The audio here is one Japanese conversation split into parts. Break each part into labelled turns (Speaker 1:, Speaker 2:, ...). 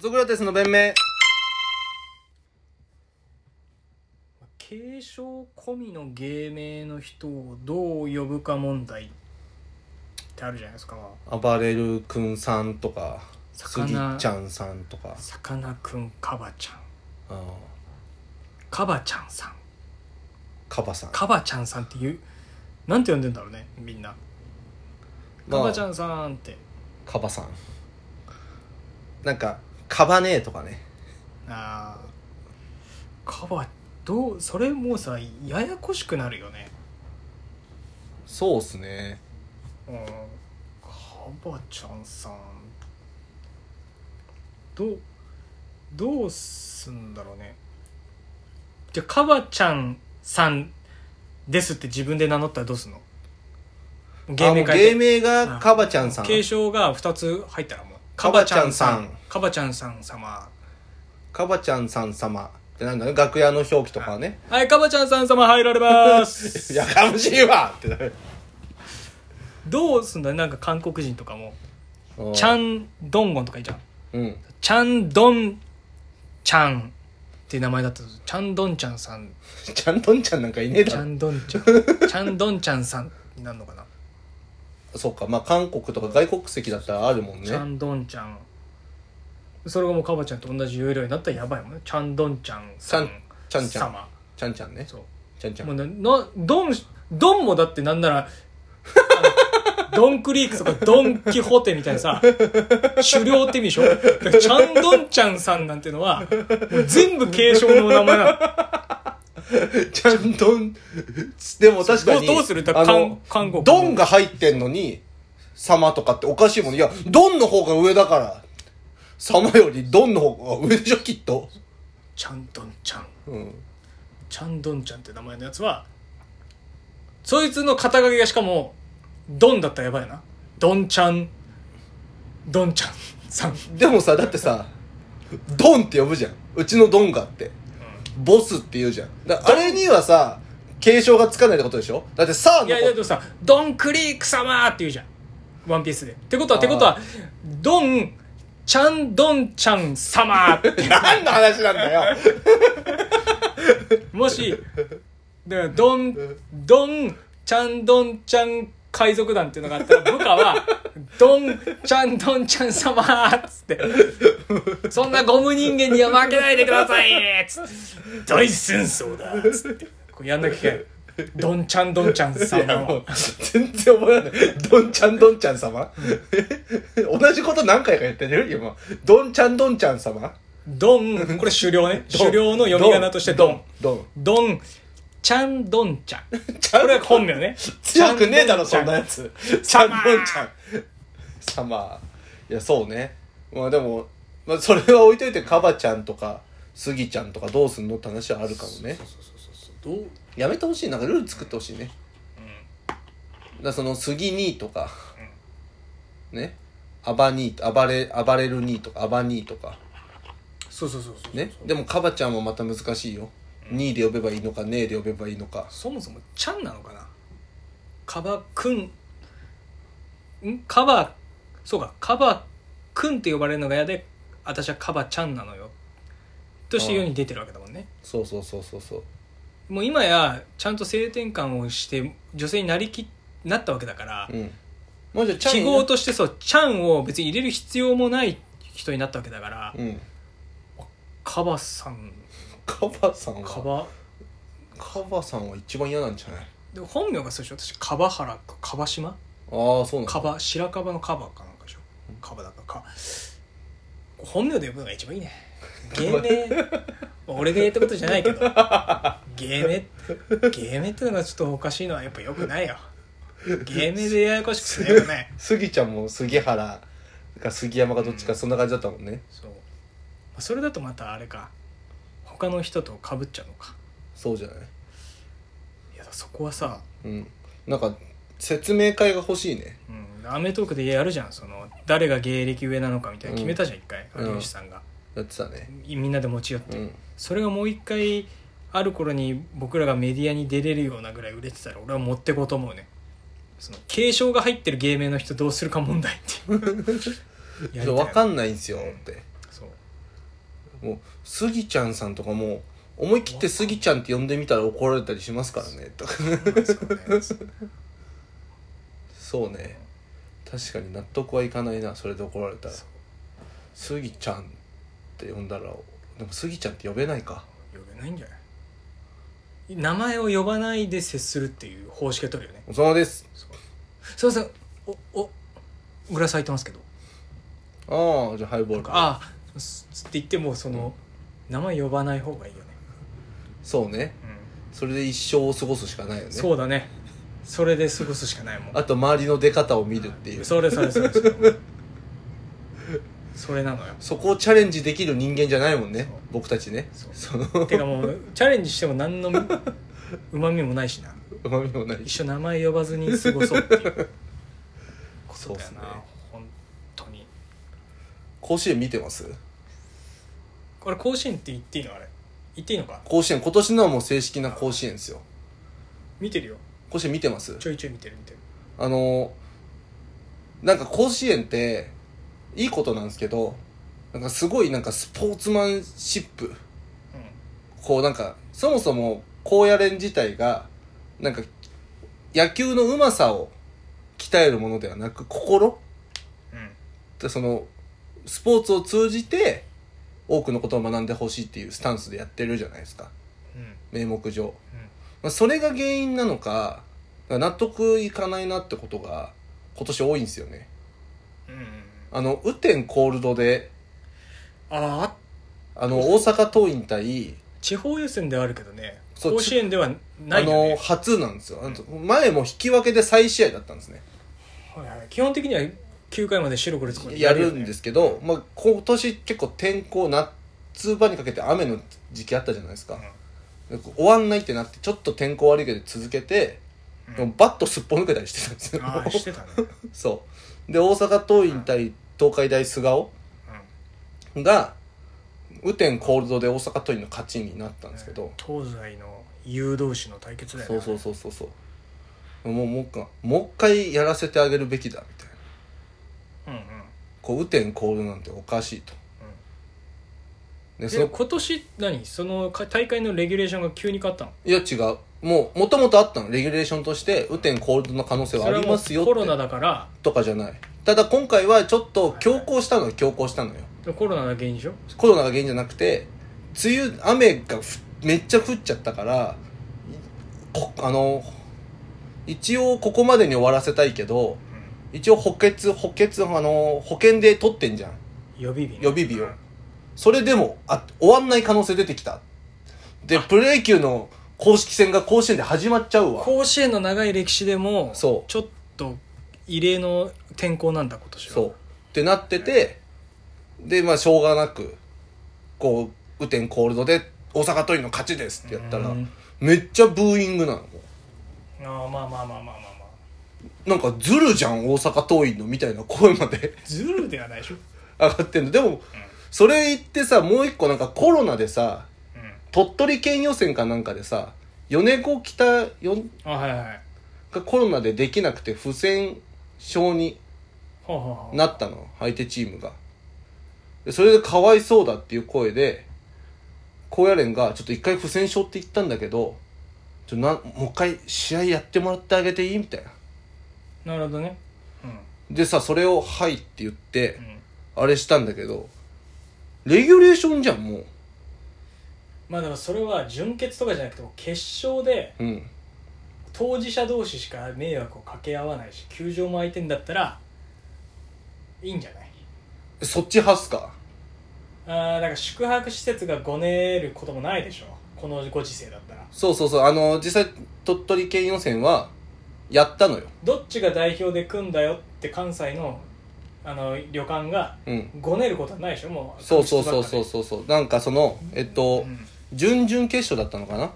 Speaker 1: ソクラテスの弁明
Speaker 2: 継承込みの芸名の人をどう呼ぶか問題ってあるじゃないですか
Speaker 1: 暴れる君さんとかスギ
Speaker 2: 魚
Speaker 1: ちゃんさんとか
Speaker 2: さかなクンカバちゃ
Speaker 1: あ
Speaker 2: ん
Speaker 1: ー
Speaker 2: カバちゃんさん
Speaker 1: カバさん
Speaker 2: カバちゃんさんっていうなんて呼んでんだろうねみんなカバちゃ
Speaker 1: ん
Speaker 2: んさんって
Speaker 1: カバさんなんかカバネーとかね
Speaker 2: あーカバどうそれもうさややこしくなるよね
Speaker 1: そうっすね
Speaker 2: うんカバちゃんさんどうどうすんだろうねじゃあカバちゃんさんですって自分で名乗ったらどうすんの
Speaker 1: 芸
Speaker 2: 芸
Speaker 1: 名
Speaker 2: 名変
Speaker 1: 芸
Speaker 2: えて
Speaker 1: 名がカバちゃんさん
Speaker 2: 継承が2つ入ったらもう
Speaker 1: カバちゃんさん
Speaker 2: カバちゃんさん様
Speaker 1: カバちゃんさん様ってなんだね楽屋の表記とかはね
Speaker 2: はいカバちゃんさん様入られま す
Speaker 1: いやかむしいわってなる
Speaker 2: どうすんだなんか韓国人とかもチャンドンゴンとかいいじゃん
Speaker 1: うん
Speaker 2: チャンドンちゃんっていう名前だったとするチャンドンちゃんさん
Speaker 1: ちゃんとんちゃんなんかいねえ
Speaker 2: チ
Speaker 1: だ
Speaker 2: ャ
Speaker 1: ろ
Speaker 2: ンドンちゃんチャンドンちゃんさんになるのかな、
Speaker 1: そうかまあ韓国とか外国籍だったらあるもんね
Speaker 2: チャンドンちゃんそれがもうカバちゃんと同じ要領になったらやばいもんねチャンドンちゃんさん
Speaker 1: ちゃんちゃん
Speaker 2: 様
Speaker 1: ちゃんちゃんね
Speaker 2: そう
Speaker 1: ちゃんちゃん
Speaker 2: もうななドンドンもだってなんならあのドンクリークとかドン・キホーテみたいなさ狩猟って意味でしょだからチャンドンちゃんさんなんてのはもう全部継承のお名前なの
Speaker 1: ちゃんとん、でも確かに。
Speaker 2: どうどうするだ
Speaker 1: あ
Speaker 2: 韓
Speaker 1: の、
Speaker 2: 韓国
Speaker 1: ドンが入ってんのに、様とかっておかしいもん。いや、ドンの方が上だから。様よりドンの方が上でしょ、きっと。
Speaker 2: ちゃんどんちゃん
Speaker 1: うん。
Speaker 2: ちゃんどんちゃんって名前のやつはそいつの肩書きがしかもドンだったらやばいなドンちゃんドンちゃんさん
Speaker 1: でもさ、だってさ、ドンって呼ぶじゃん。うちのドンがって。ボスって言うじゃん。だあれにはさ、継承がつかないってことでしょだってさあの
Speaker 2: いやいやでもさドンクリーク様って言うじゃんワンピースでってことはってことはドンちゃんどんちゃん様って
Speaker 1: 何の話なんだよ。
Speaker 2: もしだからドンドンちゃんどんちゃん海賊団っていうのがあったら部下は「ドンちゃんどんちゃん様」っつって「そんなゴム人間には負けないでください」っつって「大戦争だ」っつってこうやんなきゃいけない「ドンちゃんどんちゃん
Speaker 1: いや
Speaker 2: 様
Speaker 1: もう
Speaker 2: を」
Speaker 1: 全然覚えられない。どんちゃんどんちゃん様同じこと何回か言ってる今。どんちゃんどんちゃん様
Speaker 2: ドンこれ狩猟ね狩猟の読み仮名としてドン。
Speaker 1: どん。
Speaker 2: ドンちゃんどんちゃん
Speaker 1: ちゃん
Speaker 2: これは本名ね
Speaker 1: 強くねえだろ、
Speaker 2: ち
Speaker 1: そ
Speaker 2: ゃ
Speaker 1: ん
Speaker 2: ど
Speaker 1: な
Speaker 2: ちゃ
Speaker 1: やつ。ちゃんどんちゃん。様。いや、そうね。まあでも、まあそれは置いといて、カバちゃんとか、スギちゃんとかどうすんのって話はあるかもね。
Speaker 2: どう
Speaker 1: やめてほしい。なんかルール作ってほしいね。だからその、スギ兄とか、ね。アバ兄と、暴れ、暴れる兄とか、アバ兄とか。
Speaker 2: そうそうそうそう
Speaker 1: ね、でもカバちゃんもまた難しいよ2で呼べばいいのかねえで呼べばいいのか
Speaker 2: そもそもちゃんなのかなカバくんんカバそうかカバくんって呼ばれるのが嫌で私はカバちゃんなのよとして世に出てるわけだもんね
Speaker 1: そうそうそうそうそう
Speaker 2: もう今やちゃんと性転換をして女性になりきなったわけだから、
Speaker 1: うんもうじゃあちゃん
Speaker 2: 記号としてそう「ちゃん」を別に入れる必要もない人になったわけだから、
Speaker 1: うん
Speaker 2: カバさん
Speaker 1: カバさんは
Speaker 2: カバ
Speaker 1: カバさんは一番嫌なんじゃない
Speaker 2: でも本名がそうでしょ私カバ原かカバ島
Speaker 1: ああそうなんだ
Speaker 2: カバ白樺のカバかなんかでしょカバだかか本名で呼ぶのが一番いいね 芸名俺が言ったことじゃないけど芸名芸名ってのがちょっとおかしいのはやっぱよくないよ芸名でややこしくするのよくない
Speaker 1: スギちゃんも杉原か杉山かどっちかそんな感じだったもんね、
Speaker 2: そうまあそれだとまたあれか他の人とかぶっちゃうのか
Speaker 1: そうじゃない
Speaker 2: いやそこはさ
Speaker 1: うんなんか説明会が欲しいね
Speaker 2: うん、アメトークでやるじゃんその誰が芸歴上なのかみたいな決めたじゃん一回
Speaker 1: うん
Speaker 2: 有吉さんが、
Speaker 1: やってたね
Speaker 2: みんなで持ち寄って、
Speaker 1: うん
Speaker 2: それがもう一回ある頃に僕らがメディアに出れるようなぐらい売れてたら俺は持ってこうと思うねその継承が入ってる 芸名の人どうするか問題っていうやりたい
Speaker 1: 分かんないんすよって
Speaker 2: そう
Speaker 1: もうスギちゃんさんとかも思い切ってスギちゃんって呼んでみたら怒られたりしますからねとかそうね確かに納得はいかないなそれで怒られたら
Speaker 2: そう
Speaker 1: スギちゃんって呼んだらでもスギちゃんって呼べないか
Speaker 2: 呼べないんじゃない名前を呼ばないで接するっていう方式を取るよね
Speaker 1: おさまです
Speaker 2: すいませんおお裏咲いてますけど
Speaker 1: ああじゃあハイボー
Speaker 2: なん
Speaker 1: ル
Speaker 2: かああすって言ってもその、名前呼ばない方がいいよね、
Speaker 1: そうねそれで一生を過ごすしかないよね
Speaker 2: そうだねそれで過ごすしかないもん
Speaker 1: あと周りの出方を見るっていう
Speaker 2: それそれそれそれそれな のよ
Speaker 1: そこをチャレンジできる人間じゃないもんね
Speaker 2: そう
Speaker 1: 僕たちね
Speaker 2: そう
Speaker 1: その
Speaker 2: てかもうチャレンジしても何のうまみもないしな
Speaker 1: うまみもない
Speaker 2: 一緒名前呼ばずに過ごそうっていうこと
Speaker 1: そうで
Speaker 2: だよ
Speaker 1: すね
Speaker 2: な、本当に
Speaker 1: 甲子園見てます
Speaker 2: これ甲子園って言っていいのあれ言っていいのか
Speaker 1: 甲子園今年のはもう正式な甲子園ですよ
Speaker 2: 見てるよ
Speaker 1: 甲子園見てます
Speaker 2: ちょいちょい見てる見てる
Speaker 1: あのなんか甲子園っていいことなんですけどなんかすごいなんかスポーツマンシップ
Speaker 2: う
Speaker 1: こうなんかそもそも高野連自体がなんか野球のうまさを鍛えるものではなく心
Speaker 2: んうん
Speaker 1: でそのスポーツを通じて多くのことを学んでほしいっていうスタンスでやってるじゃないですか
Speaker 2: うん
Speaker 1: 名目上、
Speaker 2: うん
Speaker 1: まあ、それが原因なのか納得いかないなってことが今年多いんですよね
Speaker 2: うんうん
Speaker 1: あの雨天コールドで
Speaker 2: ああ
Speaker 1: あの大阪桐蔭対
Speaker 2: 地方予選ではあるけどね
Speaker 1: そう
Speaker 2: 甲子園ではな
Speaker 1: あ
Speaker 2: いよ
Speaker 1: の
Speaker 2: ね、
Speaker 1: 初なんですよあの前も引き分けで再試合だったんですね
Speaker 2: はいはい基本的には9回まで白黒つく
Speaker 1: やるんですすけど、まあ、今年結構天候夏場にかけて雨の時期あったじゃないですか、で終わんないってなってちょっと天候悪いけど続けて、
Speaker 2: うん
Speaker 1: でもバットすっぽ抜けたりしてたんですよ
Speaker 2: ああしてたね、
Speaker 1: そうで大阪桐蔭対東海大菅生が雨天コールドで大阪桐蔭の勝ちになったんですけど、
Speaker 2: 東西の誘導士の対決だよ
Speaker 1: そ
Speaker 2: ね
Speaker 1: うそうそうそうそうもうもう一回もう一回やらせてあげるべきだみたいな
Speaker 2: うんうん
Speaker 1: こう雨天コールドなんておかしいとでそ
Speaker 2: え
Speaker 1: の
Speaker 2: 今年何そのか大会のレギュレーションが急に変わったの
Speaker 1: いや違うもうもともとあったのレギュレーションとして雨天コールドの可能性はありますよ
Speaker 2: それはも
Speaker 1: っ
Speaker 2: うコロナ
Speaker 1: て
Speaker 2: だから
Speaker 1: とかじゃないただ今回はちょっと強行したのは強行したのよ
Speaker 2: コロナが原因でしょ
Speaker 1: コロナが原因じゃなくて梅雨雨がふめっちゃ降っちゃったからこあの一応ここまでに終わらせたいけど一応補欠補欠あの保険で取ってんじゃん
Speaker 2: 予備日ね
Speaker 1: 予備日をそれでもあ終わんない可能性出てきたでプロ野球の公式戦が甲子園で始まっちゃうわ
Speaker 2: 甲子園の長い歴史でも
Speaker 1: そう
Speaker 2: ちょっと異例の天候なんだ今年は
Speaker 1: そうってなっててでまあしょうがなくこう雨天コールドで大阪桐蔭の勝ちですってやったら
Speaker 2: うん
Speaker 1: めっちゃブーイングなの
Speaker 2: ああまあまあまあまあまあまあ
Speaker 1: なんかずるじゃん大阪桐蔭のみたいな声まで
Speaker 2: ズルではないでしょ
Speaker 1: 上がってんのでもそれ言ってさもう一個なんかコロナでさ
Speaker 2: うん
Speaker 1: 鳥取県予選かなんかでさ米子北よ
Speaker 2: あはいはいはい
Speaker 1: がコロナでできなくて不戦勝に
Speaker 2: ほうほうほう
Speaker 1: なったの相手チームがでそれでかわいそうだっていう声で高野連がちょっと一回不戦勝って言ったんだけどちょなもう一回試合やってもらってあげていいみたいな
Speaker 2: なるほどね
Speaker 1: でさそれを「はい」って言って
Speaker 2: うん、うん、
Speaker 1: あれしたんだけどレギュレーションじゃんもう
Speaker 2: まあだからそれは準決とかじゃなくても決勝で
Speaker 1: うん
Speaker 2: 当事者同士しか迷惑をかけ合わないし球場も空いてんだったらいいんじゃない
Speaker 1: そっち派っすか
Speaker 2: あーだから宿泊施設がごねることもないでしょこのご時世だったら
Speaker 1: そうそうそうあの実際鳥取県予選はやったのよ
Speaker 2: どっちが代表で組んだよって関西のあの旅館が
Speaker 1: うん
Speaker 2: ごねることはないでしょもう
Speaker 1: そうそうそうそう
Speaker 2: そ
Speaker 1: そうそうなんかそのえっと、
Speaker 2: ん、
Speaker 1: 準々決勝だったのかな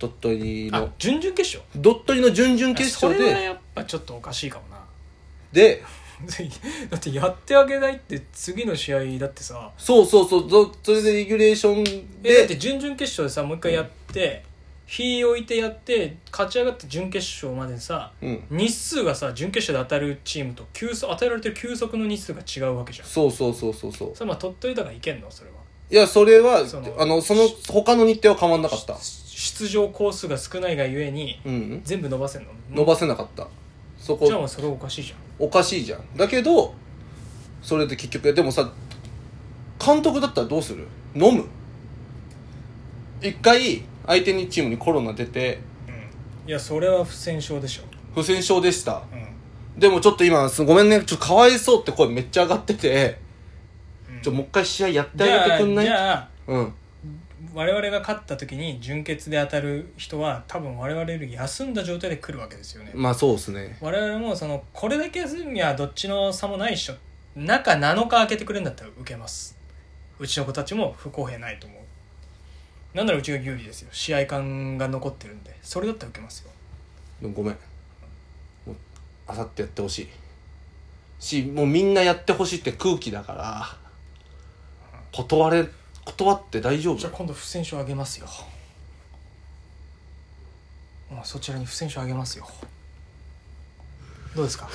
Speaker 1: 鳥取
Speaker 2: あ
Speaker 1: の
Speaker 2: 準々決勝
Speaker 1: 鳥取の準々決勝
Speaker 2: それは
Speaker 1: で
Speaker 2: やっぱちょっとおかしいかもな
Speaker 1: で
Speaker 2: だってやってあげないって次の試合だってさ
Speaker 1: そうそうそうぞそれでレギュレーション
Speaker 2: えだって
Speaker 1: で
Speaker 2: 準々決勝でさもう一回やって、日置いてやって勝ち上がって準決勝までさ
Speaker 1: うん
Speaker 2: 日数がさ準決勝で当たるチームと球速与えられてる球速の日数が違うわけじゃん
Speaker 1: そうそうそうそうそう
Speaker 2: それまあ鳥取だからいけんのそれは
Speaker 1: いやそれは
Speaker 2: その
Speaker 1: あのその他の日程は変わんなかった
Speaker 2: 出場コースが少ないがゆえに
Speaker 1: うん
Speaker 2: 全部伸ばせんの
Speaker 1: 伸ばせなかったそ
Speaker 2: じゃあ
Speaker 1: こ
Speaker 2: もうそれおかしいじゃん
Speaker 1: おかしいじゃんだけどそれで結局でもさ監督だったらどうする飲む一回相手にチームにコロナ出て
Speaker 2: いやそれは不戦勝でしょ、
Speaker 1: 不戦勝でした
Speaker 2: うん
Speaker 1: でもちょっと今すごめんねちょっとかわいそうって声めっちゃ上がってて
Speaker 2: うん
Speaker 1: ちょもう一回試合やって
Speaker 2: じゃ
Speaker 1: あげて
Speaker 2: あ
Speaker 1: くんない
Speaker 2: じゃあ
Speaker 1: うん
Speaker 2: 我々が勝った時に準決で当たる人は多分我々より休んだ状態で来るわけですよね、
Speaker 1: まあそうですね
Speaker 2: 我々もそのこれだけ休みはどっちの差もないっしょ中7日空けてくれるんだったら受けますうちの子たちも不公平ないと思うなんならうちが有利ですよ試合感が残ってるんでそれだったら受けますよ
Speaker 1: でもごめんもうあさってやってほしいしもうみんなやってほしいって空気だから断れ断って大丈
Speaker 2: じゃあ
Speaker 1: 夫
Speaker 2: 今度不戦勝あげますよまあそちらに不戦勝あげますよどうですか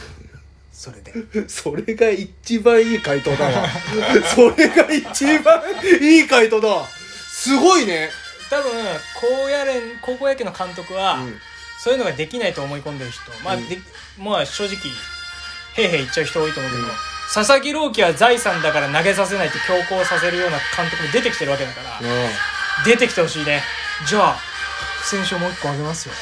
Speaker 2: それで
Speaker 1: それが一番いい回答だわ それが一番いい回答だわすごいね、
Speaker 2: 多分高野連高校野球の監督は、
Speaker 1: うん
Speaker 2: そういうのができないと思い込んでる人、まあ
Speaker 1: うん
Speaker 2: でまあ正直へいへい言っちゃう人多いと思うけど、佐々木朗希は財産だから投げさせないって強行させるような監督も出てきてるわけだから、出てきてほしいねじゃあ不戦勝もう一個あげますよ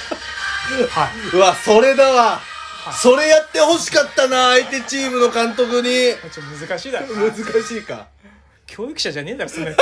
Speaker 2: はいう
Speaker 1: わそれだわ
Speaker 2: い
Speaker 1: それやってほしかったな相手チームの監督に
Speaker 2: ちょっと難しいだろうな
Speaker 1: 難しいか
Speaker 2: 教育者じゃねえだろそんなや